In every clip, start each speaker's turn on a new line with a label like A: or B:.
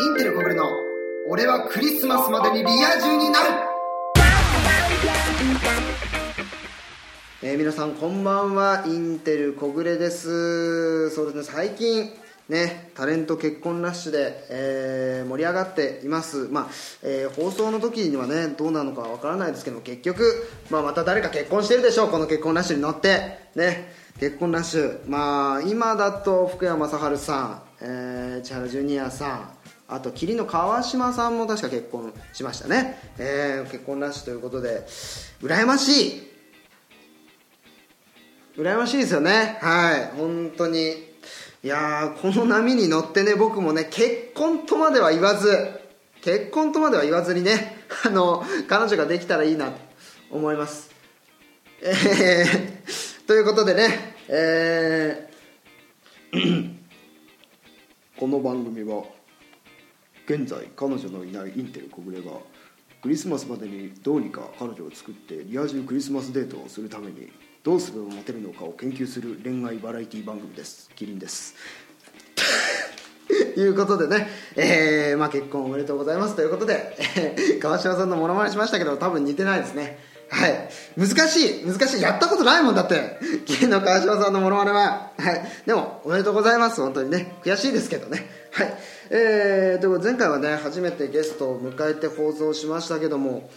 A: インテル小暮の俺はクリスマスまでにリア充になる、えー皆さんこんばんはインテル小暮ですそうですね最近ねタレント結婚ラッシュで、えー盛り上がっていますまあ、えー放送の時にはねどうなのかわからないですけども結局、まあ、また誰か結婚してるでしょうこの結婚ラッシュに乗ってね結婚ラッシュまあ今だと福山雅治さん、えー千原ジュニアさんあと霧の川島さんも確か結婚しましたね、えー結婚ラッシュということで羨ましい羨ましいですよねはい本当にいやーこの波に乗ってね僕もね結婚とまでは言わず結婚とまでは言わずにね あの彼女ができたらいいなと思いますえ ー、ということでねえー この番組は現在彼女のいないインテル小暮がクリスマスまでにどうにか彼女を作ってリア充クリスマスデートをするためにどうすればモテるのかを研究する恋愛バラエティ番組ですキリンですと いうことでね、えーまあ、結婚おめでとうございますということで、 えー川島さんのモノマネしましたけど多分似てないですねはい難しい難しいやったことないもんだって キリンの川島さんのモノマネははいでもおめでとうございます本当にね悔しいですけどねはいえー、ということで前回はね初めてゲストを迎えて放送しましたけども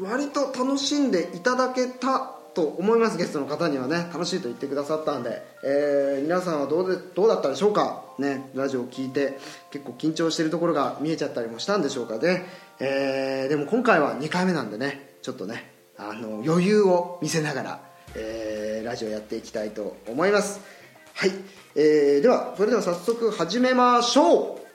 A: 割と楽しんでいただけたと思いますゲストの方にはね楽しいと言ってくださったんで、えー皆さんはどうでどうだったでしょうかねラジオを聞いて結構緊張してるところが見えちゃったりもしたんでしょうかね、えーでも今回は2回目なんでねちょっとねあの余裕を見せながら、えーラジオやっていきたいと思いますはい、えーではそれでは早速始めましょう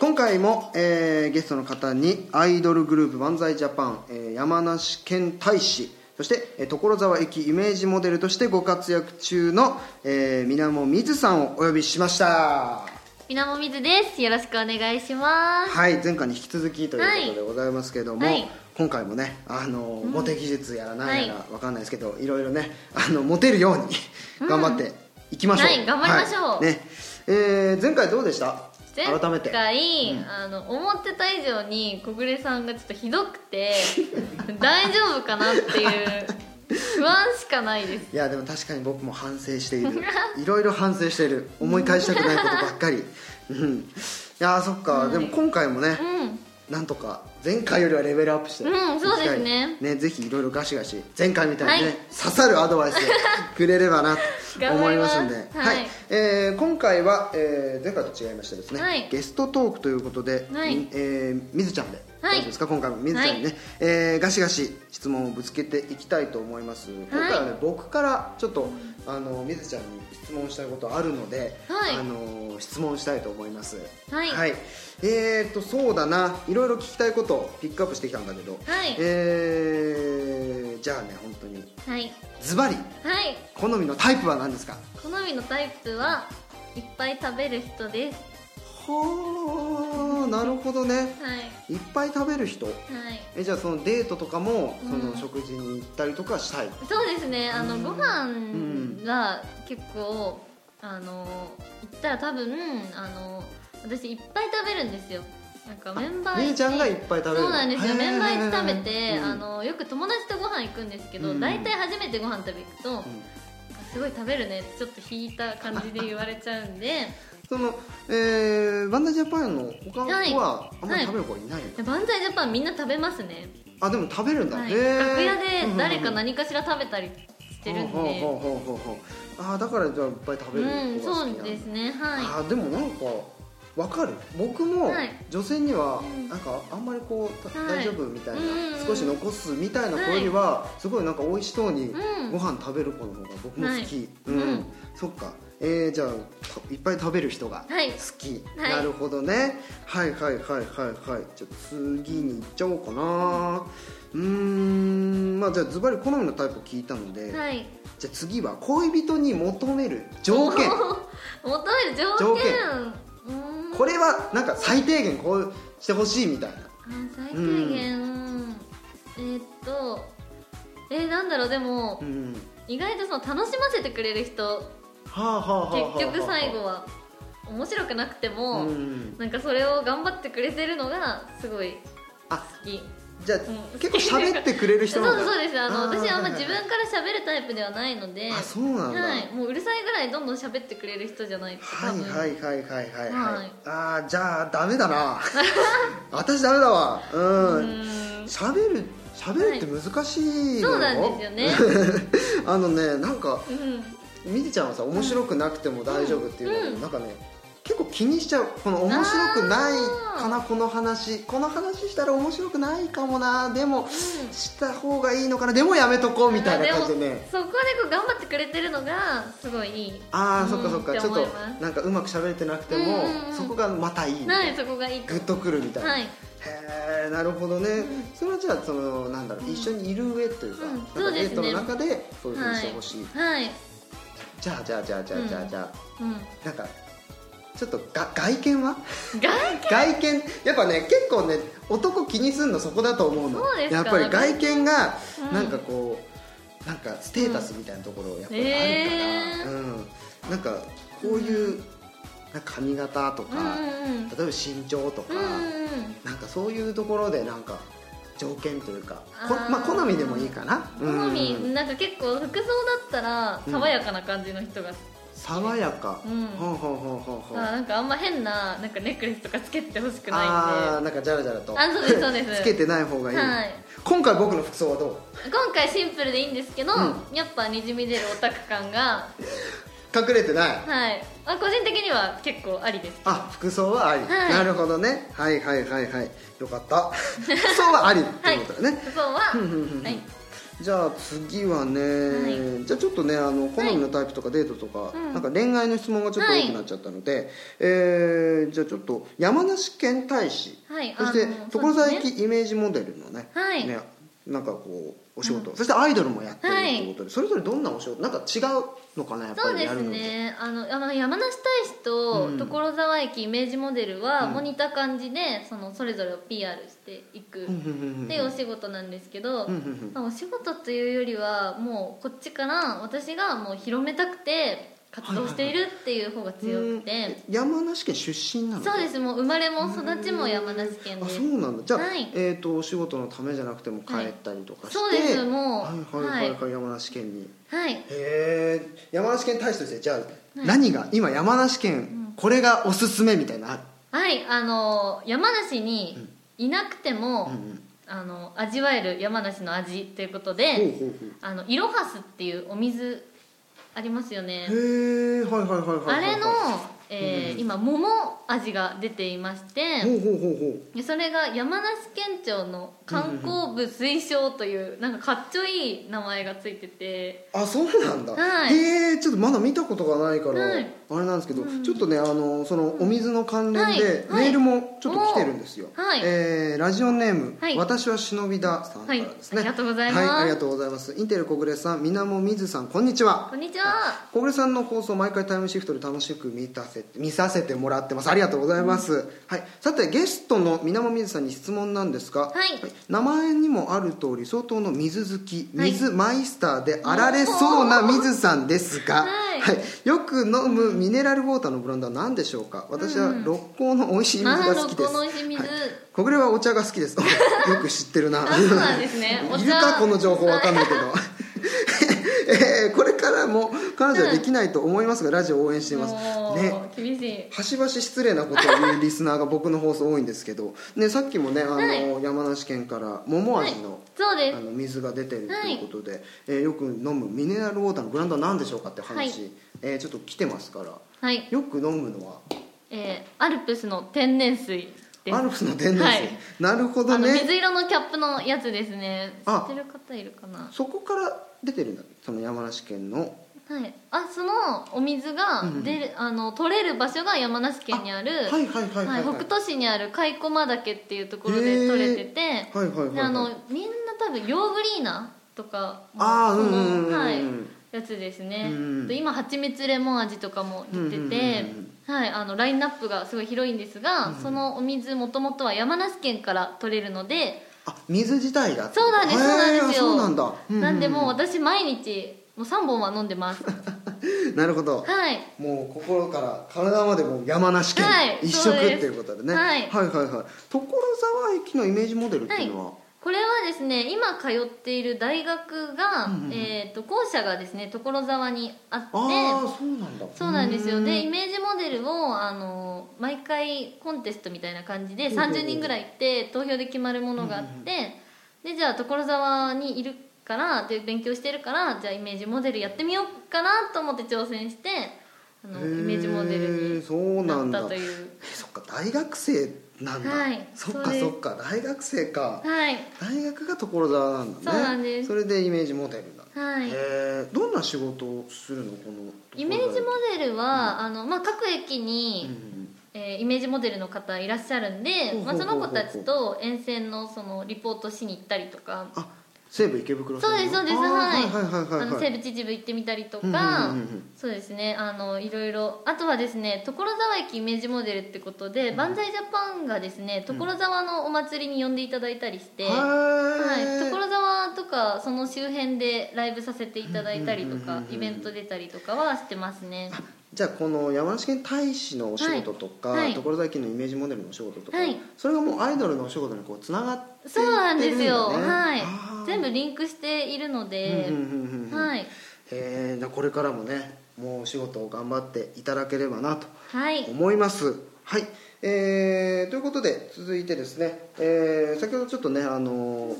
A: 今回も、えーゲストの方にアイドルグループ万歳ジャパン、えー山梨県大使そして、えー所沢駅イメージモデルとしてご活躍中の、えー、水面水さんをお呼びしました
B: みなもみずです。よろしくお願いします。
A: はい前回に引き続きということでございますけども、
B: はい
A: 今回もねあの、モテ技術やらなんやら
B: は
A: わかんないですけどいろいろねあのモテるように頑張っていきましょう、
B: はい頑張りましょう
A: はいねえー前回どうでした
B: 前
A: 改めて
B: 回、あの思ってた以上に小暮さんがちょっとひど くて大丈夫かなっていう不安しかないです。
A: いやでも確かに僕も反省しているいろいろ反省している思い返したくないことばっかりうんいやーそっか、でも今回もね
B: う、ん、
A: なんとか前回よりはレベルアップして、
B: うんそうですね
A: ねぜひいろいろガシガシ前回みたいにね、
B: はい
A: 刺さるアドバイス くれればなと
B: 頑
A: 思
B: 張
A: い
B: り
A: ま
B: ます
A: すんで
B: はい
A: えー今回は、えー前回と違いましてですね、
B: はい
A: ゲストトークということで、
B: はい
A: みえーみずちゃんで、
B: は
A: 大
B: い
A: 丈夫ですか今回もみずちゃんにね、えーガシガシ質問をぶつけていきたいと思います、今回はね僕からちょっとあのみずちゃんに質問したいことあるので、
B: はい
A: あの質問したいと思います
B: はい
A: えー、とそうだないろいろ聞きたいことをピックアップしてきたんだけど、
B: はい
A: えー、じゃあね本当に
B: はい
A: ズバリ
B: はい
A: 好みのタイプは何ですか
B: 好みのタイプはいっぱい食べる人です。
A: ほーなるほどね
B: はい
A: いっぱい食べる人
B: はい。
A: えじゃあそのデートとかも
B: うん
A: その食事に行ったりとかしたい、
B: そうですねあの
A: うん
B: ご飯が結構あの行ったら多分あの私いっぱい食べるんですよなんかメンバー
A: 姉ちゃんがいっぱい食べる
B: そうなんですよメンバー一食べて、
A: うん
B: あのよく友達とご飯行くんですけ
A: う
B: ど
A: ん
B: 大体、初めてご飯食べ行くと、
A: うん
B: すごい食べるねってちょっと引いた感じで言われちゃうんで
A: そのえー、バンダジャパンの他の子はあんまり
B: はい
A: 食べる子いないんだ、
B: 万歳ジャパンみんな食べますね、
A: あでも食べるんだ、
B: はい、
A: へー
B: 楽屋で誰
A: うんうんう
B: か
A: ん
B: 何かしら食べたりしてるんで、
A: ほうほうほうほうほうああだからじゃあいっぱい食べる
B: うん
A: 子が好き
B: そ
A: なんだ
B: うですねはい
A: あーでもなんかわかる僕も
B: はい
A: 女性には
B: うん
A: なんかあんまりこう、た
B: はい
A: 大丈夫みたいな、
B: うんうんうん
A: 少し残すみたいな子よりは、すごいなんか美味しそうに
B: うん
A: ご飯食べる子の方が僕も好き、
B: は
A: うん、
B: うん
A: そっかえー、じゃあたいっぱい食べる人が好
B: はい
A: き、
B: はい
A: なるほどねはいはいはいはいはいじゃあ次に行っちゃおうかなうーんまあじゃあズバリ好みのタイプを聞いたので、
B: はい
A: じゃあ次は恋人に求める条件
B: 求める条
A: 条
B: 件
A: 件
B: うーん
A: これはなんか最低限こうしてほしいみたいな
B: あ最低限、えーっとえー、なんだろうでも、
A: うん
B: 意外とその楽しませてくれる人
A: はあはあはあはあはあ
B: 結局最後は面白くなくても、
A: うん
B: なんかそれを頑張ってくれてるのがすごい
A: あ
B: 好き
A: じゃあ、
B: うん
A: 結構喋ってくれる人
B: そう
A: なんだ
B: そうですあの
A: あー
B: 私あん
A: は
B: ま
A: いはいはい
B: 自分から喋るタイプではないので
A: あそうなんだ、
B: はい、もううるさいぐらいどんどん喋ってくれる人じゃないと
A: は
B: 多
A: い
B: 分、
A: はいはいはいはいは
B: はいい
A: ああじゃあダメだな 私ダメだわう
B: うんーん
A: 喋る喋るって難しいの
B: そうなんですよね、
A: あのねなんか
B: うん、
A: みずちゃんはさ面白くなくても大丈夫っていうのを、
B: うん
A: なんかね結構気にしちゃうこの面白くないかなこの話この話したら面白くないかもなでもした方がいいのかなでもやめとこうみたいな感じでね
B: そこでこう頑張ってくれてるのがすごいいい
A: ああ、
B: うん
A: そっかそっか
B: て
A: ちょっ
B: 思います
A: となんかうまく喋れてなくても、
B: うんうんうん
A: そこがまたいいみた
B: ないいそこがいい
A: なグ
B: と
A: ッとくるみたいな、
B: はい
A: へえなるほどね、それはじゃあそのなんだろう、
B: うん
A: 一緒にいる上というか、
B: うん
A: なんか
B: そう
A: デ
B: で
A: ー
B: すね
A: トの中でそういうふうにしてほしい、
B: はい
A: じゃあじゃあじゃあじゃあじゃあじゃあ、
B: うん
A: なんかちょっとが外見は
B: が
A: 外見やっぱね結構ね男気にすんのそこだと思うの
B: そうですか
A: やっぱり外見が
B: うん
A: なんかこう、なんかステータスみたいなところやっぱりあるから、うんなんかこういうなんか髪型と
B: う
A: か、
B: んうんうん
A: 例えば身長とか、
B: うんうん
A: なんかそういうところでなんか条件というかこ
B: あー
A: まあ好みでもいいかな
B: 好み、
A: うん
B: なんか結構服装だったら
A: うん
B: 爽やかな感じの人が、
A: 爽やか、
B: うん
A: ほうほうほうほうほう
B: あなんかあんま変ななんかネックレスとかつけてほしくないんで
A: あー
B: あ
A: なんかジャラジャラと
B: そうですそうで す
A: つけてない方がいい、
B: はい
A: 今回僕の服装はどう
B: 今回シンプルでいいんですけど、
A: う
B: やっぱにじみ出るオタク感が
A: 隠れてない
B: はいあ個人的には結構ありです
A: あ服装はあり、
B: はい
A: なるほどねはいはいはいはいよかった 服装はありっていうことだね、
B: 服装は
A: うんうんうんうん
B: はい
A: じゃあ次はね、
B: は
A: じゃあちょっとねあの好みのタイプとかデートとか、
B: うん
A: なんか恋愛の質問がちょっと多くなっちゃったので、えーじゃあちょっと山梨県大使、
B: はい
A: そして
B: あの
A: 所沢
B: そうで
A: 行きイメージモデルのね,、
B: はい
A: ねなんかこうお仕事、そしてアイドルもやってるってことで、それぞれどんなお仕事なんか違うのかなやっぱ
B: そう
A: り
B: で
A: やる
B: す
A: のって
B: ねあのあの山梨大使と
A: うん
B: 所沢駅イメージモデルは
A: うん
B: もう似た感じでそのそれぞれを PR していく
A: うんうんうんうん
B: っていうお仕事なんですけ
A: うんうん
B: ど、
A: うん
B: まあお仕事というよりはもうこっちから私がもう広めたくて活動しているっていう方が強くて、
A: うん山梨県出身なの
B: そうですもう生まれも育ちも山梨県
A: あ
B: で
A: そ
B: す
A: うなんだじゃあ、
B: はい
A: えー、とお仕事のためじゃなくても帰ったりとかして、
B: はいそうですもう
A: はいはいはい、はい山梨県に
B: はい
A: へえ山梨県大使としてじゃあ、
B: い
A: 何が今山梨県これがおすすめみたいなのある、
B: はいあの山梨にいなくても、あの味わえる山梨の味ということで、
A: ほうほうほう
B: あのイロハスっていうお水ありますよね
A: へえはいはいはいはいはい
B: あれの、えー
A: うん
B: 今桃味が出ていまして、
A: ほうほうほうほう
B: でそれが山梨県庁の観光部推奨という、なんかかっちょいい名前がついてて
A: あそうなんだ、
B: はい
A: へえちょっとまだ見たことがないから、
B: はい
A: あれなんですけど、
B: うん
A: ちょっとねあのそのお水の関連で
B: はいはい
A: メールもちょっと来てるんですよ、
B: おーはい
A: えーラジオネーム、
B: はい
A: 私は忍びださんからですね、
B: はいありがとうございます
A: はいありがとうございますインテル小暮さんみなもみずさんこんにちは
B: こんにちは
A: 小暮さんの放送毎回タイムシフトで楽しく見たせ見させてもらってますありがとうございます、はい、さてゲストの水面水さんに質問なんですが、
B: はい
A: 名前にもある通り相当の水好き
B: はい
A: 水マイスターであられそうな水さんですが、
B: はい
A: いよく飲むミネラルウォーターのブランドは何でしょうか私は
B: うん
A: 六甲の美味しい水
B: あ
A: が
B: あ
A: 好きです、
B: 六甲の美味しい水、
A: はい小暮はお茶が好きです よく知ってるな
B: あそうなんですねお茶
A: いるかこの情報わかんないけど えーこれからも彼女はできないと思いますが、ラジオ応援しています
B: もう、
A: ね
B: 厳しい
A: 端々失礼なことを言うリスナーが僕の放送多いんですけど、ね、さっきもねあの、
B: はい
A: 山梨県から桃味の,、
B: そうで
A: あ
B: す
A: の水が出てるということで、えーよく飲むミネラルウォーターのブランドは何でしょうかって話、
B: はい
A: えーちょっと来てますから
B: はい、
A: よく飲むのは
B: えーアルプスの天然水です
A: アルプスの天然水、
B: はい
A: なるほど
B: あの
A: ね
B: 水色のキャップのやつですね知
A: あ
B: ってる方いるかな
A: そこから出てるんだその山梨県の
B: はいあそのお水が出る、あの取れる場所が山梨県にある
A: はいはいはいはいはい
B: 北斗市にある蚕間岳っていうところで取れてて、
A: はいはいはいはい
B: であのみんな多分ヨーグリーナとかも
A: あー
B: その
A: うんうんうんうん
B: はいやつですね、
A: うん
B: と今蜂蜜レモン味とかも出てて、
A: うんうんうん
B: はい、あのラインナップがすごい広いんですが、そのお水もともとは山梨県から取れるので
A: あ水自体が
B: そうなんです
A: へー
B: そうなんですよ
A: そうなんだ、うう
B: なんでもう私毎日もう3本は飲んでます
A: へなるほど
B: はい
A: もう心から体までもう山梨県
B: はい
A: 一
B: そ
A: 色
B: う
A: って
B: です
A: いうことでね、
B: はい
A: はいはいはい所沢駅のイメージモデルっていうのは、
B: これはですね今通っている大学が、
A: うんうんうん
B: えー、と校舎がですね所沢にあって
A: ああーそうなんだ
B: そうなんですよ
A: う
B: で
A: ー
B: イ
A: ん
B: メージモデルをあの毎回コンテストみたいな感じで
A: ほうほうほう
B: 30人ぐらい行って投票で決まるものがあってでじゃあ所沢にいるからで勉強してるからじゃあイメージモデルやってみようかなと思って挑戦してあのイメージモデ
A: へ
B: ル
A: ーそう
B: に
A: な
B: なんっ
A: だ
B: たという
A: えそっか大学生なんだ、
B: はい
A: そっ
B: そ
A: か
B: うです
A: そっか大学生か
B: はい
A: 大学が所沢なんだね
B: そうなんです
A: それでイメージモデルだ、
B: はい
A: えーどんな仕事をするのこの
B: イメージモ
A: ル
B: デルはあの、まあ、各駅に、えーイメージモデルの方いらっしゃるんで
A: ほう、ほ
B: ま
A: うほ
B: あ、
A: う
B: そ
A: ほう
B: の子たちと沿線のそのリポートしに行ったりとか
A: あ西武池袋線の
B: そうですそうです
A: あー
B: はい
A: はいはいはいはい
B: あの西武秩父行ってみたりと
A: うんう
B: か
A: んうんうん
B: そうですねあのいろいろあとはですね所沢駅イメージモデルってことで万歳ジャパンがですね
A: うん
B: 所沢のお祭りに呼んでいただいたりして、
A: は
B: はい、
A: い
B: 所沢とかその周辺でライブさせていただいたりと
A: うんうん
B: か
A: うんうん
B: イベント出たりとかはしてますね
A: じゃあこの山梨県大使のお仕事とか、
B: はいはい
A: 所沢県のイメージモデルのお仕事とか、
B: はい
A: それがもうアイドルのお仕事にこうつながっていって
B: そう
A: るんだ
B: な
A: ね
B: んですよ、はい
A: あー
B: 全部リンクしているので、
A: うんうんうんうん
B: はい
A: えー、これからもねもうお仕事を頑張っていただければなと
B: はい
A: 思いますはい、えーということで続いてですね、えー先ほどちょっとねあのー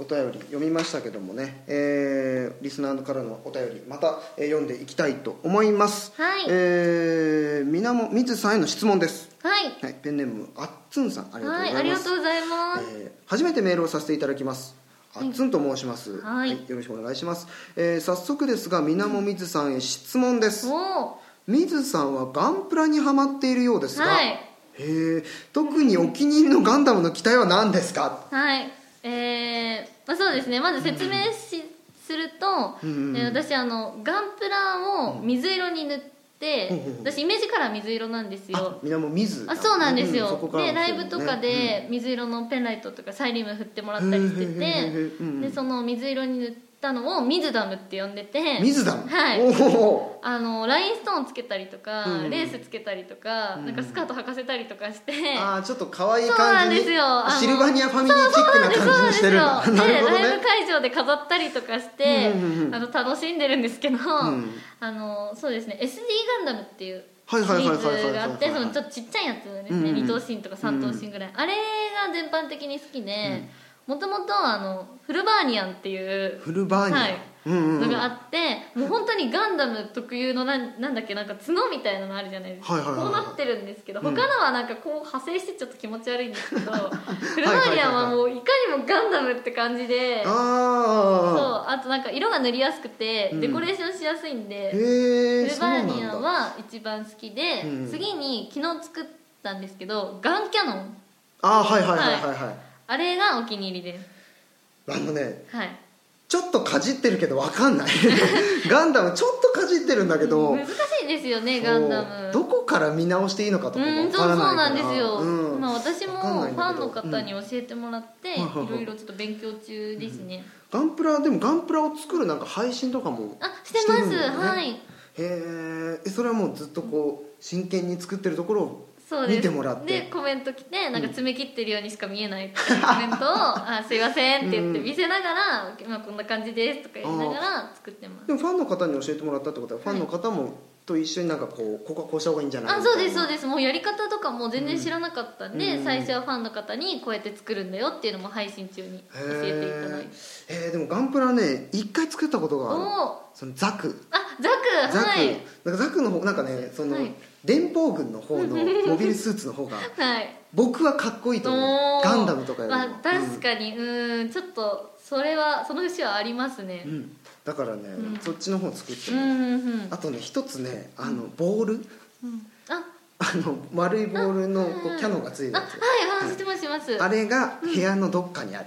A: お便り読みましたけどもね、えーリスナーからのお便りまた、えー読んでいきたいと思います、
B: はい
A: えーみなもみずさんへの質問です、
B: はい
A: はい、ペンネームあっつんさんありがとうご
B: はい、
A: ざ
B: あ
A: い
B: り
A: ま
B: が
A: す
B: とうございます。
A: えー初めてメールをさせていただきますあっつんと申します、
B: はい
A: よろしくお願いします、えー早速ですがみなもみずさんへ質問です
B: おお、
A: みずさんはガンプラにはまっているようですが、
B: はい、
A: へー特にお気に入りのガンダムの機体は何ですか
B: はい、えー、まあ、そうですね、まず説明し、すると、
A: うんうんうん
B: えー私、あの、ガンプラを水色に塗って。
A: うんうんうん
B: 私、イメージカラー水色なんです
A: あ
B: よ。
A: みなもみず
B: あそうなんです
A: うそ
B: よ、
A: こから
B: で
A: なん
B: ラ
A: す
B: イ
A: よね
B: ブとかで水色のペンライトとかサイリウム振ってもらったりして
A: へーへーへーへ
B: て
A: ーうんうん
B: でその水色に塗ったのをミズダムって呼んでて
A: うんみずだ
B: はい
A: おお
B: あのラインストーンつけたりとか、
A: うん
B: レースつけたりとか、
A: うん
B: なんかスカート履かせたりとかして
A: あーちょっと可愛い
B: そうな
A: 感
B: ん
A: じ
B: で
A: に
B: すよあの
A: シルバニアファミリーチックな
B: そう
A: 感
B: なん
A: じ
B: で
A: に
B: す
A: して
B: よ
A: るんだ
B: で、
A: なるほどね
B: ライブ会場で飾ったりとかして、
A: うんうんうん
B: あの楽しんでるんですけど、
A: ん
B: あのそうですね SD ガンダムっていうシ
A: はい
B: リ
A: はいはいはいはいはい
B: ーズがあってそのちょっとちっちゃいやつですね、
A: うんうん
B: 2等身とか3等身ぐらい、あれが全般的に好きでもともとフルバーニアンっていう
A: フルバーニア、
B: はい
A: うんうんうん
B: のがあって、もう本当にガンダム特有のなんなんだっけなんか角みたいなのあるじゃないですか、
A: はいはいはいはい
B: こうなってるんですけど、
A: うん
B: 他のはなんかこう派生してちょっと気持ち悪いんですけどフル
A: は
B: マ
A: いはいはいはい
B: リアンはもういかにもガンダムって感じでそう
A: あ
B: あとなんか色が塗りやすくて
A: うん
B: デコレーションしやすいんで
A: あ、へえ
B: フルバーニアンは一番好きで、
A: うん
B: 次に昨日作ったんですけどガンキャノン
A: ああはいはいはいはいはい、
B: あれがお気に入りです
A: あのね
B: はい
A: ちょっとかじってるけどわかんない ガンダムちょっとかじってるんだけど、
B: 難しいですよねガンダム
A: そうどこから見直していいのかとかも
B: う
A: わ
B: ん、そ
A: か
B: うそう
A: らないから
B: なんですよ、
A: うん
B: まあ、私も
A: わ
B: フ
A: かんないんだけど
B: ァンの方に教えてもらって、
A: うんはいはいはい
B: いろいろちょっと勉強中ですね、
A: ガンプラでもガンプラを作るなんか配信とかも
B: あしてます
A: るんだよね
B: はい
A: へーえそれはもうずっとこう真剣に作ってるところを
B: そうです
A: 見てもらって
B: でコメント来てなんか詰め切ってるようにしか見えないっていうコメント を「あすいません」って言って
A: うん
B: 見せながら「今こんな感じです」とか言いながら作ってます
A: でもファンの方に教えてもらったってことはファンの方もと一緒になんかこうここはこうした方がいいんじゃない
B: あそう
A: みた
B: です
A: い
B: そ
A: な
B: うですもうやり方とかも全然知らなかったんで、
A: うん
B: 最初はファンの方にこうやって作るんだよっていうのも配信中に教えていただいて
A: へーへーでもガンプラね一回作ったこと
B: お
A: がある
B: お
A: そのザク
B: あザク
A: ザク、
B: はい
A: なんかザクの方なんかねその、
B: はい
A: 連邦軍の 方のモビルスーツの方が
B: はい
A: 僕はかっこいいと思
B: お
A: う
B: ー
A: ガンダムとかよりも、
B: まあ、確かにうーんちょっとそれはその節はありますね
A: うん、うんだからね、
B: うん
A: そっちの方作って
B: うん
A: る、
B: うんうん
A: あとね一つねあのボール
B: うんあ
A: あの丸いボールのこ
B: う
A: うんキャノンがついてる
B: あ
A: や
B: はい
A: つ
B: あ知ってます知ってます
A: あれが部屋のどっかにある、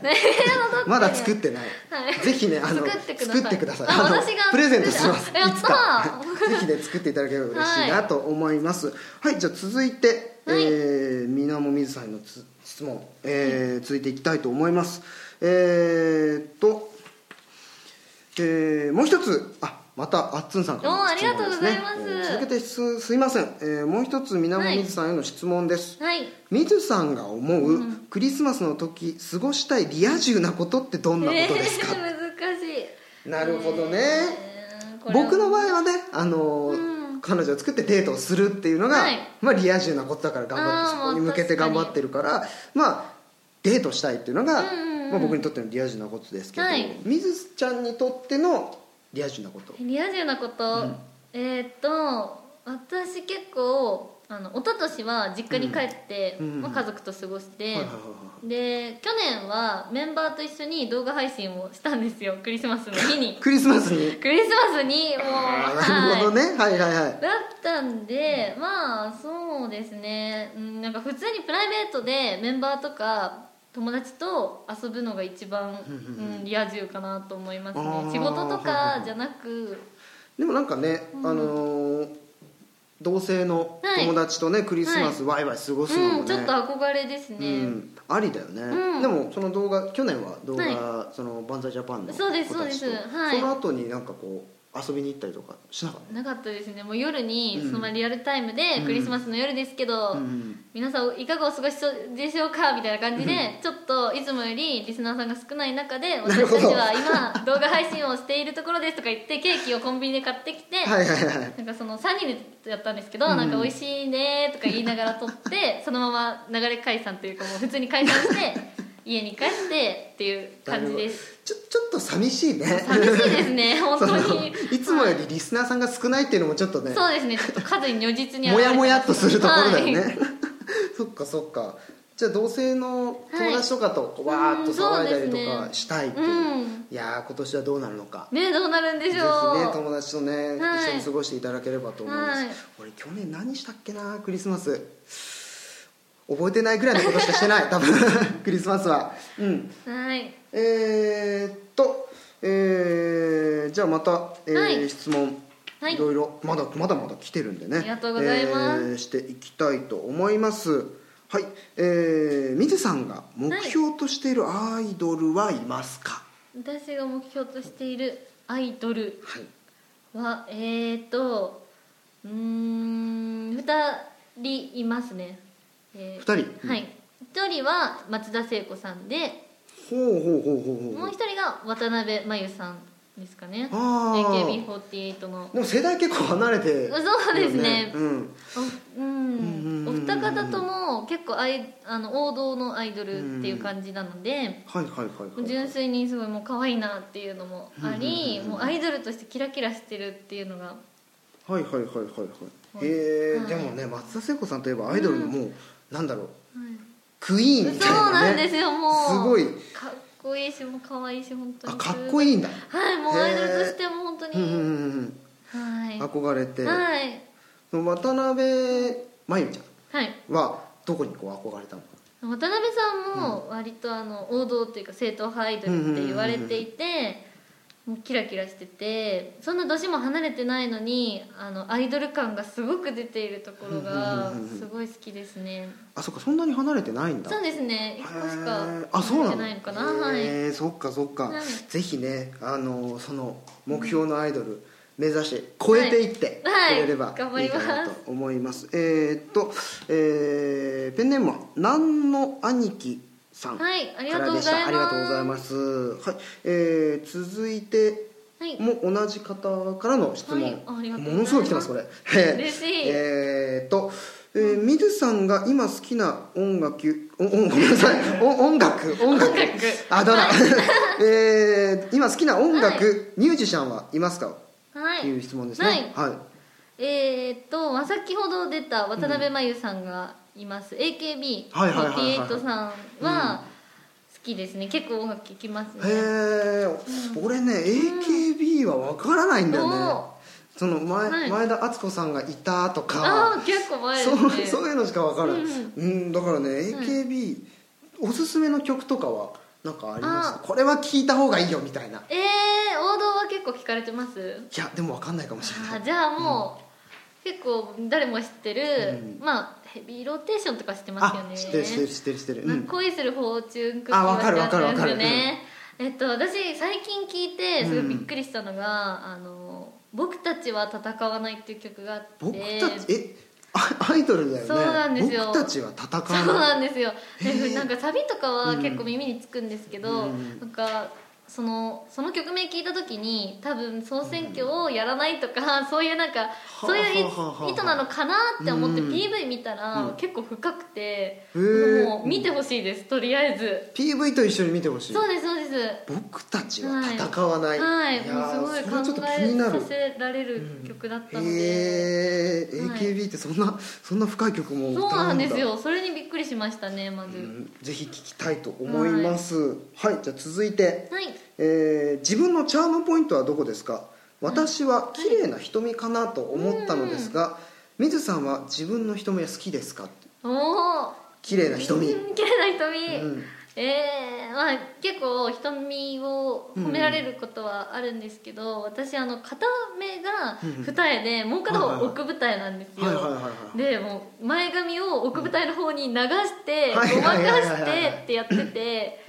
A: ま
B: ま
A: だ作ってない
B: はい
A: ぜひねあの
B: 作ってください
A: 作ってください
B: あ
A: の
B: 私が
A: プレゼントします
B: あやったー
A: いつかぜひね作っていただければ嬉しいなと思いますはい、じゃあ続いて、え
B: はい
A: ー、みなもみずさんへのつ質問、えー続いていきたいと思いますえー、っとえーもう一つあまたあっつんさんから
B: おー
A: の質問
B: ありがとうございます
A: ですねえー続けてすすいません、えーもう一つ水面みずさんへの質問です、
B: はい
A: みずさんが思ううクリスマスの時過ごしたいリア充なことってどんなことですか、
B: えー 難しい
A: なるほどね、
B: えーこれは
A: 僕の場合はね、あのー
B: うん
A: 彼女を作ってデートをするっていうのが、
B: はい
A: まあ、リア充なことだから頑張って
B: あー
A: そこに向けて
B: まあ
A: 頑張ってるからまあデートしたいっていうのが、
B: うんうんうん
A: まあ、僕にとってのリア充なことですけど、
B: はい
A: みずちゃんにとってのリア充なこと
B: リア充なこと、
A: うん
B: えーっと私結構あの一昨年は実家に帰って、
A: うんうん
B: まあ、家族と過ごして、
A: はいはいはい
B: で去年はメンバーと一緒に動画配信をしたんですよクリスマスの日 に
A: クリスマスに
B: クリスマスにもう
A: あーなるほどね、はい、はいはい
B: だったんでまあそうですねうんなんか普通にプライベートでメンバーとか友達と遊ぶのが一番、
A: うんうん
B: うん、リア充かなと思います
A: あー
B: ね仕事とかじゃなく
A: でもなんかね、あのー同性の友達とね、クリスマスワイワイ過ごすのもね、
B: うん、ちょっと憧れですね、
A: うんありだよね、
B: うん
A: でもその動画去年は動画、
B: は
A: そのバンザイジャパンの子たちと
B: そうですそうですはい
A: その後になんかこう遊びに行ったりとかしなかった
B: なかったですねもう夜に、
A: うん
B: そのままリアルタイムで、
A: うん
B: クリスマスの夜ですけど、
A: うん
B: 皆さんいかがお過ごしでしょうかみたいな感じで、
A: う
B: ちょっといつもよりリスナーさんが少ない中で
A: なる
B: 私
A: ほ
B: た
A: ど
B: ちは今動画配信をしているところですとか言ってケーキをコンビニで買ってきて、
A: はいはいはい
B: なんかその3人でやったんですけど、
A: うん
B: なんか美味しいねとか言いながら撮ってそのまま流れ解散というかもう普通に解散して家に帰ってっていう感じです
A: ちょちょっと寂しいね
B: 寂しいですね本当に
A: そのいつもよりリスナーさんが少ないっていうのもちょっとね
B: そうですねちょっと数に如実に
A: も
B: 表
A: や
B: れてます
A: もやっとするところだよね、
B: はい
A: そっかそっかじゃあ同性の友達とかとこうわーっと騒いだりとかしたいっていう,、
B: うん
A: いやー今年はどうなるのか
B: ねどうなるんでし
A: ぜ
B: ょう
A: ひね友達とね、
B: はい
A: 一緒に過ごしていただければと思います、
B: はい
A: 俺去年何したっけなクリスマス覚えてないぐらいのことしかしてない多分 クリスマスはうん
B: はい
A: えー、っとえー、じゃあまた、えー
B: はい
A: 質問
B: はい
A: いろいろまだまだまだ来てるんでね
B: ありがとうございます
A: えーしていきたいと思いますはいえー、水さんが目標としているアイドルはいますか、
B: 私が目標としているアイドル
A: はい
B: はえーとうーん2人いますね、えー
A: 二人
B: はい1人は松田聖子さんで
A: ほうほうほうほうほう
B: もう1人が渡辺真由さんですかね
A: あー
B: AKB48 の
A: でも世代結構離れてるよ、
B: そうですね
A: うん、
B: おう
A: うん
B: ん、お二方とも結構アイあの王道のアイドルっていう感じなので、
A: はいはいはい、はい、
B: 純粋にすごいもう可愛いなっていうのもあり、もうアイドルとしてキラキラしてるっていうのが
A: はいはいはいはいはいへえ、
B: はい
A: でもね松田聖子さんといえばアイドルのもう、なんだろう
B: はい
A: クイーンみたい
B: そうな
A: なんね
B: ですよもう
A: すごい
B: かっこいいしもう可愛いし本当に
A: あかっこいいんだ
B: はいもう
A: へー
B: アイドルとしても本当に、
A: うんうんうん
B: はい
A: うん憧れて、
B: はい
A: その渡辺真由ち
B: はい
A: ゃんはどこにこう憧れたの
B: 渡辺さんも割とあの王道っていうか正統派アイドルって言われていてもうキラキラしててそんな年も離れてないのにあのアイドル感がすごく出ているところが
A: うんうんうんうん
B: すごい好きですね
A: あそっかそんなに離れてないんだ
B: そうですね一個しか
A: へーあそう
B: 見
A: な
B: て
A: の
B: ないのかなはい
A: へーそっかそっか、
B: はい
A: ぜひねあのその目標のアイドル目指して超えていってく
B: はい
A: れれば
B: 頑張
A: い
B: り
A: いかな
B: ます
A: と思います,、えーっと、えーペンネームは「なんの兄貴」さんか
B: はいありが
A: ら
B: とうご
A: でした、
B: ざいます
A: ありがとうございますはい、えー続いて
B: はい
A: もう同じ方からの質問、
B: はいありがとうございます
A: ものすごい来てますこれ
B: 嬉しい
A: えーっとえー、みずさんが今好きな音楽おおごめんなさいお音楽音楽
B: 音楽
A: あだだ、 えー、今好きな音楽、ミュージシャンはいますか
B: は
A: ってい
B: いう
A: 質問ですねは
B: えーっと、まあ、先ほど出た渡辺真由さんがいます、
A: はいはいはいはい
B: AKB48 さんは好きですね結構音楽聴きます
A: い、へ
B: ね
A: え、俺ね AKB はわからないんだよね、
B: お
A: その前,、
B: はい
A: 前田敦子さんがいたとか
B: ああ結構前
A: そう
B: です
A: そう
B: ね
A: いうのしかわからない、
B: うん
A: うんだからね AKB、おすすめの曲とかはなんかあります
B: あ
A: これは聴いた方がいいよみたいな
B: えー、王道は結構聞かれてます
A: いやでもわかんないかもしれ
B: あ
A: ない
B: ーじゃあもう、結構誰も知ってる、まあヘビーローテーションとか知ってますよ
A: あ
B: ね
A: 知ってる知ってる知ってる知ってる、うん
B: 恋するフォーチュンクッキー
A: あわかるわかるわかる
B: ですよね、えっと私最近聞いてすごいびっくりしたのが「あの僕たちは戦わない」っていう曲があって
A: 僕たちえアアイドルだよね
B: そうなんですよ
A: 僕たちは戦わ
B: そう
A: ない
B: なんですよでなんかサビとかは
A: うん
B: 結構耳につくんですけ
A: う
B: ど、
A: ん
B: なんかそのその曲名聞いた時に多分総選挙をやらないとか、そういうなんか
A: あ
B: そういうい
A: はあはあはあ
B: 意図なのかなって思って
A: うん
B: PV 見た
A: う
B: ら
A: ん
B: 結構深くて、
A: ー
B: もう見てほしいですとりあえず、
A: PV と一緒に見てほしい
B: そうですそうです
A: 僕たちは戦わない、
B: はい
A: やー
B: もうす
A: それ
B: ご
A: はちょ
B: い
A: っと気
B: 考
A: に
B: え
A: な
B: さ
A: る
B: せられる曲だったので、
A: へえ
B: はい
A: AKB ってそんな、そんな深い曲も歌うんだ
B: そうなんですよそれにびっくりしましたねま
A: う
B: ず、
A: んぜひ聞きたいと思いますはい、じゃあ続いて、
B: はい
A: えー自分のチャームポイントはどこですか私は綺麗な瞳かなと思ったのですが、水さんは自分の瞳は好きですか
B: おお
A: 綺麗な瞳、
B: うん綺麗な瞳、
A: うん
B: えーまあ結構瞳を褒められることはあるんですけど、私あの片目が二重で、もう片方奥舞台なんですよ、
A: はいはいはいはい
B: でもう前髪を奥舞台の方に流して、
A: はい
B: ごまか
A: はいはい
B: し
A: はいはい
B: てってやってて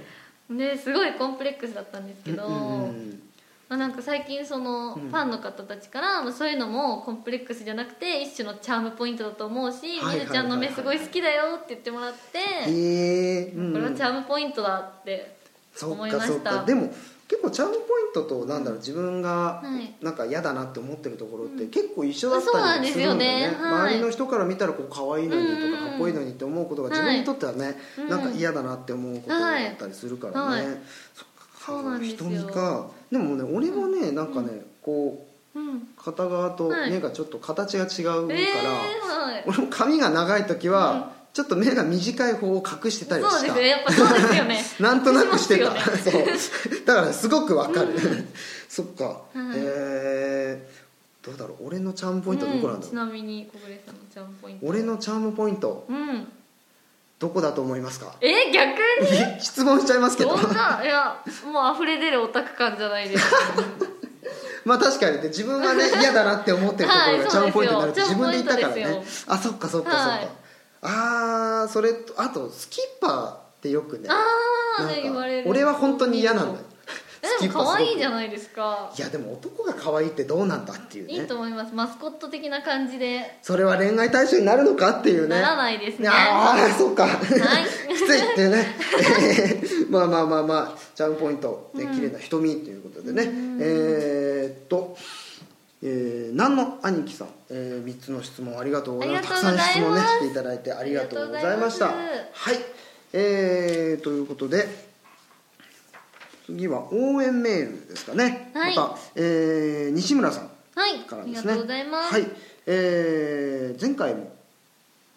B: ですごいコンプレックスだったんですけど、
A: うんうん
B: まあ、なんか最近その
A: う
B: フ
A: ん
B: ァンの方たちから、まあ、そういうのもコンプレックスじゃなくて一種のチャームポイントだと思うしみず、
A: はいはいはいはい
B: ちゃんの目すごい好きだよって言ってもらって、
A: へえうん
B: これはチャームポイントだって
A: そ
B: 思
A: っ
B: いま
A: か
B: した
A: そっかでも結構チャームポイントとなんだろう自分が
B: はい
A: なんか嫌だなって思ってるところって
B: うん
A: 結構一緒だったりするんだよね
B: そうなんですよねはい
A: 周りの人から見たらこう可愛いのに
B: うん
A: と
B: うん
A: か
B: うん
A: かっこいいのにって思うことが自分にとってはね
B: うん
A: なんか嫌だなって思うことだったりするから
B: はい
A: ね
B: はい
A: そっか
B: そうなんですよ
A: 瞳かでもね俺もねなんかねこ
B: うん
A: う片側と目がちょっと形が違う
B: え
A: から
B: ーはい
A: 俺も髪が長い時はちょっと目が短い方を隠してたりは
B: そう
A: し
B: で
A: た
B: すねやっぱそうですよ ね
A: なんとなくしてた、
B: しま
A: そうだからすごくわかる、そっか、
B: い
A: えーどうだろう俺のチャームポイントはどこなんだ
B: う
A: ろ
B: ち
A: う、
B: なみに小暮さんのチャームポイント
A: 俺のチャームポイント
B: うん
A: どこだと思いますか
B: え逆に
A: 質問しちゃいますけど
B: そんないやもう溢れ出るオタク感じゃないですか
A: まあ確かにね自分が ね嫌だなって思ってるところ
B: は
A: が
B: い
A: チャームポイントになるって
B: そう
A: 自
B: ですよ
A: 分で言ったから
B: チ
A: ね
B: ャームポイントで
A: あそっかそっかそっか、
B: はい
A: あーそれとあとスキッパーってよくね
B: ああ
A: なんか
B: 言われる
A: 俺は本当に嫌なんだよスキ
B: で
A: ッ
B: も
A: パーすごく
B: 可愛いじゃないですか
A: いやでも男が可愛いってどうなんだっていうね
B: いいと思いますマスコット的な感じで
A: それは恋愛対象になるのかっていうね
B: ならないですね
A: ああそっか、
B: い
A: きついっていう ねまあまあまあまあチャームポイントで綺麗な瞳ということでね、えーっとえー、何の兄貴さん、えー、3つの質問ありがとうございます
B: ありがとうございます
A: たくさん質問ねしていただいてありがとうございました
B: ありがとうござい
A: はいえー、ということで次は応援メールですかね、
B: はい
A: また、えー、西村さん
B: はい
A: から
B: あ
A: で
B: り
A: す
B: が
A: ね
B: とうございます
A: はい、えー前回も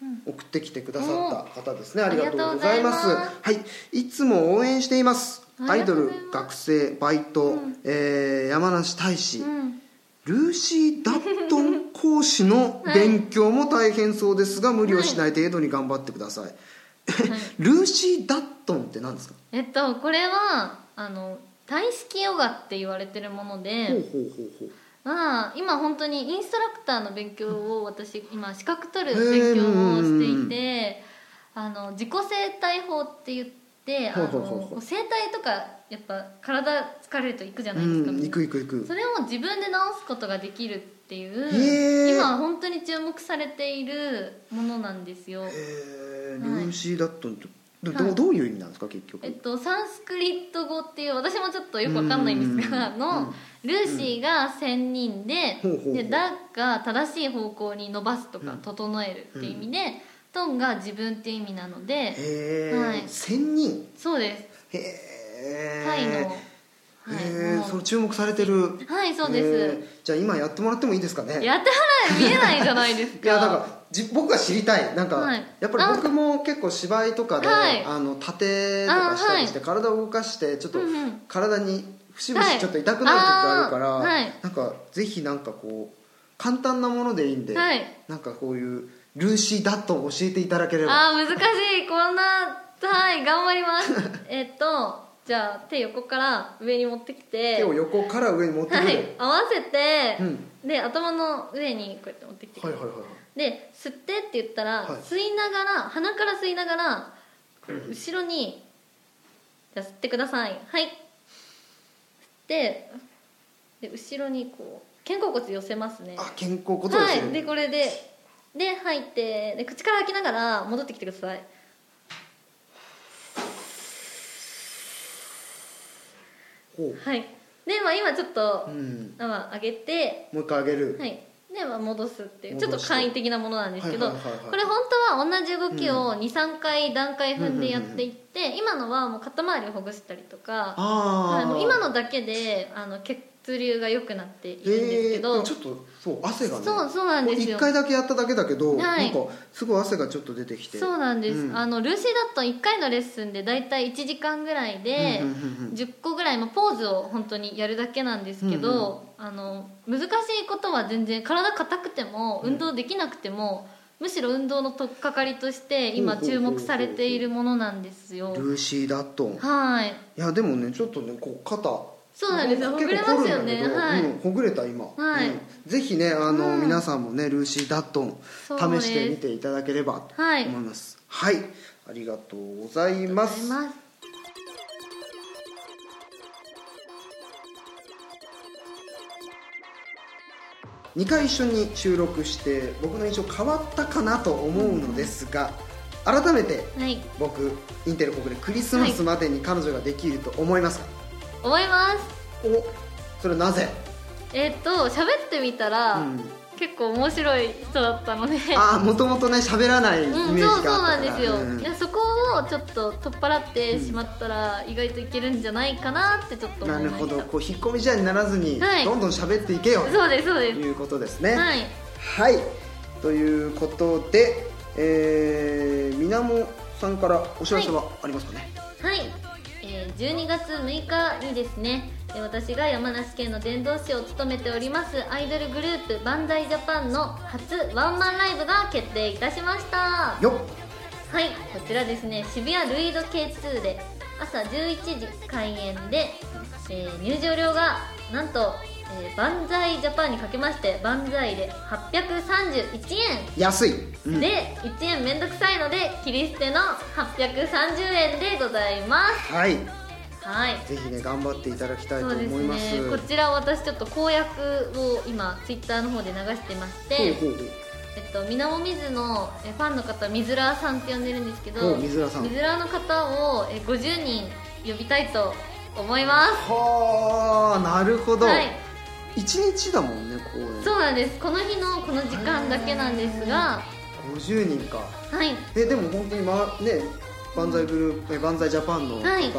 B: うん
A: 送ってきてくださった方ですね、
B: お
A: ありがとうございます
B: ありがとうございま
A: はいいつも応援しています
B: あ
A: ア
B: り
A: イ
B: が
A: ド
B: とうご
A: ル
B: ざいます
A: 学生バイト、
B: うん
A: えー山梨大使、
B: うん
A: ルーシー・ダットン講師 の勉強も大変そうですが、無理をしない程度に頑張ってください、 ルーシー・ダットンって何ですか、
B: えっとこれはあの体式ヨガって言われてるもの
A: ほう
B: で、
A: ほうほうほう
B: まあ、今本当にインストラクターの勉強を私今資格取る
A: へー
B: 勉強をしていてあの自己生態法って言ってあ
A: ほう
B: の
A: ほうほうほう
B: こう生態とかやっぱ体疲れるといくじゃないですか、
A: うんいくいくいく
B: それを自分で直すことができるってい
A: へー
B: う今本当に注目されているものなんです
A: え
B: よ
A: ー
B: はい
A: ルーシー・ダットンってど,、
B: はい
A: どういう意味なんですか結局、
B: えっと、サンスクリット語っていう私もちょっとよくわかんないんですが
A: うんうん
B: のルーシーが1000人で,、
A: ほうほうほう
B: でダが正しい方向に伸ばすとか
A: うん
B: 整えるっていう意味で、トンが自分っていう意味なので
A: へえ、
B: はい
A: 1000人
B: そうです
A: へえ
B: タイの、はい
A: へえ
B: も
A: そうれ注目されてる
B: はいそう
A: へ
B: で
A: ーじゃあ今やってもらってもいいですか
B: す
A: ね
B: やってはない見えないじゃないです
A: い
B: か
A: やだからじ僕は知りたいなんか、
B: はい
A: やっぱり僕も結構芝居とかで
B: はい
A: あの立てとかしたりして、体を動かしてちょっと
B: うんうん
A: 体に節々
B: はい
A: ちょっと痛くなる時があるから、
B: あーはい
A: なんかぜひなんかこう簡単なものでいいんで、
B: はい
A: なんかこういうルーシー・ダットンを教えていただければ
B: あー難しいこんなはい頑張ります えっとじゃあ手横から上に持ってきて
A: 手を横から上に持ってくる、
B: は
A: はい、
B: い合わせて、
A: う
B: で頭の上にこうやって持ってきて、
A: はいはいはい
B: で吸ってって言ったら、
A: はい
B: 吸いながら鼻から吸いながら後ろにじゃあ吸ってくださいはいしてで後ろにこう肩甲骨寄せますね
A: あ肩甲骨を
B: は
A: す
B: いで
A: る
B: これでで吐いてで口から吐きながら戻ってきてください
A: ほう
B: はいで、まあ、今ちょっと
A: う、ん
B: まあ、上げて
A: もう一回上げる
B: はいで、まあ、戻すっていうちょっ
A: 戻
B: と
A: して
B: 簡易的なものなんですけど、
A: はいはいはいはい
B: これ本当は同じ動きを23回段階踏んでやっていって、今のはもう肩周りをほぐしたりとか
A: あ
B: はい、
A: あ
B: もう今のだけであの血流が良くなっているんですけ
A: え
B: ど、
A: ーちょっとそう汗がね
B: そうそうなんです
A: 1
B: よ
A: 回だけやっただけだけど、
B: は
A: な
B: い
A: んかすごい汗がちょっと出てきて
B: そうなんです、
A: うん
B: あのルーシー・ダットン1回のレッスンで大体1時間ぐらいで
A: うんうんうんうん
B: 10個ぐらい、まあ、ポーズを本当にやるだけなんですけど、あの難しいことは全然体硬くても運動できなくても、むしろ運動の取っかかりとして今
A: ほうほう
B: 注
A: ほうほう
B: 目されているものなんですよ
A: ルーシー・ダットンい
B: はい
A: やでもねちょっとねこう肩
B: そうなんですよほぐれますよね
A: 結構凝るんだ
B: は
A: け
B: い
A: ど、うんほぐれた今、
B: はい
A: うんぜひねあの、
B: うん
A: 皆さんもねルーシー・ダットン
B: そうで
A: 試
B: す
A: してみていただければと
B: は
A: 思
B: い
A: いますはい、ありがとうござい
B: ありが
A: ま
B: とうご
A: す
B: ざいます
A: 2回一緒に収録して僕の印象変わったかなと思うのですが、改めて
B: はい
A: 僕インテルここでクリスマスまでに彼女ができると思いますか、
B: 思います
A: おそれはなぜ、
B: えっ、と喋ってみたら、
A: うん
B: 結構面白い人だったので
A: ああもともとね喋らないイ
B: う
A: メー
B: ん、
A: ジ
B: そう
A: が
B: そう
A: あ
B: な
A: った
B: んで
A: か
B: す
A: ら
B: よ、
A: うん
B: いやそこをちょっと取っ払ってしまったら意外といけるんじゃないかなってちょっと思
A: ない
B: ま
A: る
B: した
A: ほどこう引っ込み試合にならずに、
B: はい
A: どんどん喋っていけよ
B: そうですそう
A: と
B: です、
A: いうことですね
B: はい
A: はい、ということで、えー、みなもさんからお知らせはありますかね、
B: はい、えー12月6日にですねえー私が山梨県の伝道師を務めておりますアイドルグループバンダイジャパンの初ワンマンライブが決定いたしました
A: よっ
B: はい、こちらですね渋谷ルイード K2 で朝11時開演で、えー入場料がなんと、えー、バンザイジャパンにかけましてバンザイで831
A: 安い、う
B: 円
A: ん
B: で1円めんどくさいので切り捨ての830円でございます
A: はい
B: はい
A: ぜひね頑張っていただきたいと
B: そうです
A: 思い
B: ね
A: ます
B: こちら私ちょっと公約を今ツイッターの方で流してまして
A: ほうほうほう
B: えっと、みなもみずのえファンの方みずらーさんって呼んでるんですけど
A: おみずらさん
B: みずらーの方をえ50人呼びたいと思います
A: はあなるほど、
B: はい
A: 一日だもんね公演
B: そうなんですこの日のこの時間だけなんですが
A: 50人か
B: はい
A: えでも本当にまね万歳グループえ万歳ジャパンの方
B: はい
A: いっ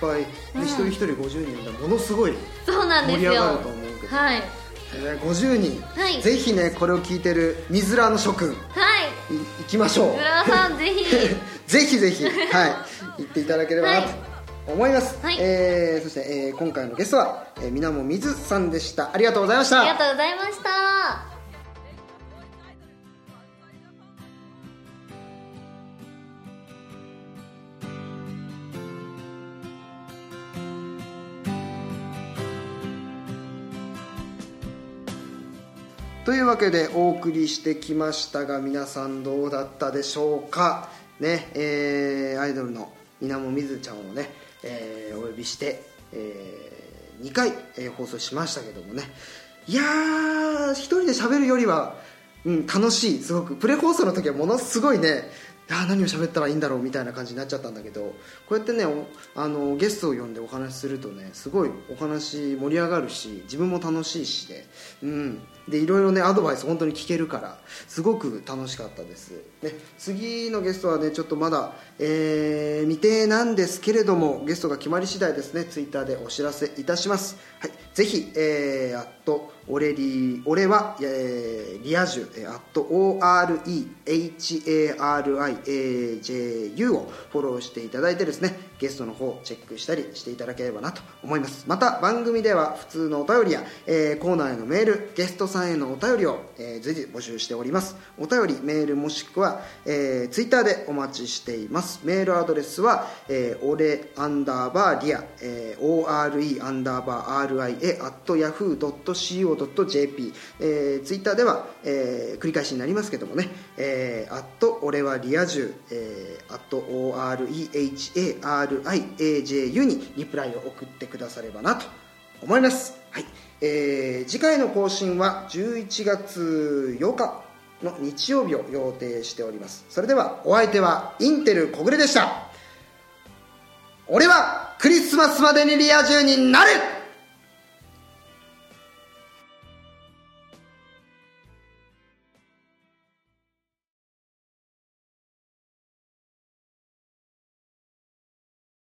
A: ぱい、
B: うん
A: 一人一人50人でものすごい
B: そうなんで
A: 盛
B: す
A: り
B: よ
A: 上がると思うけど、
B: はい
A: えー50人、
B: はい
A: ぜひねこれを聞いてる水らの諸君い
B: はい
A: 行きましょ
B: みずらーさんぜひ
A: うぜひぜひはい行っていただければな
B: はい
A: と思います、
B: はい
A: えーそして、えー今回のゲストは、えー、みなもみずさんでしたありがとうございました
B: ありがとうございました
A: というわけでお送りしてきましたが皆さんどうだったでしょうかねえーアイドルのみなもみずちゃんをね、えーお呼びして、え2回、えー放送しましたけどもねいやー一人で喋るよりは、うん、楽しいすごくプレ放送の時はものすごいねあー何を喋ったらいいんだろうみたいな感じになっちゃったんだけどこうやってねおあのゲストを呼んでお話しするとねすごいお話盛り上がるし自分も楽しいしで,、うん、でいろいろねアドバイス本当に聞けるからすごく楽しかったです、ね、次のゲストはねちょっとまだ、えー未定なんですけれどもゲストが決まり次第ですねツイッターでお知らせいたします、はい、ぜひ、えー、あと俺リ俺は、えーリア充、えー、@orehariaju をフォローしていただいてですねゲストの方チェックしたりしていただければなと思いますまた番組では普通のお便りや、えーコーナーへのメールゲストさんへのお便りを、えー随時募集しておりますお便りメールもしくは、えー、ツイッターでお待ちしていますメールアドレスは、えー、俺アンダーバーリア、えー、ORE アンダーバー RIA アットヤフー .co.jp、えー、ツイッターでは、えー繰り返しになりますけどもね、えー、アット俺はリア充、えー、アット OREHARIAJU にリプライを送ってくださればなと思います、はいえー次回の更新は11月8日の日曜日を予定しておりますそれではお相手はインテル小暮でした俺はクリスマスまでにリア充になる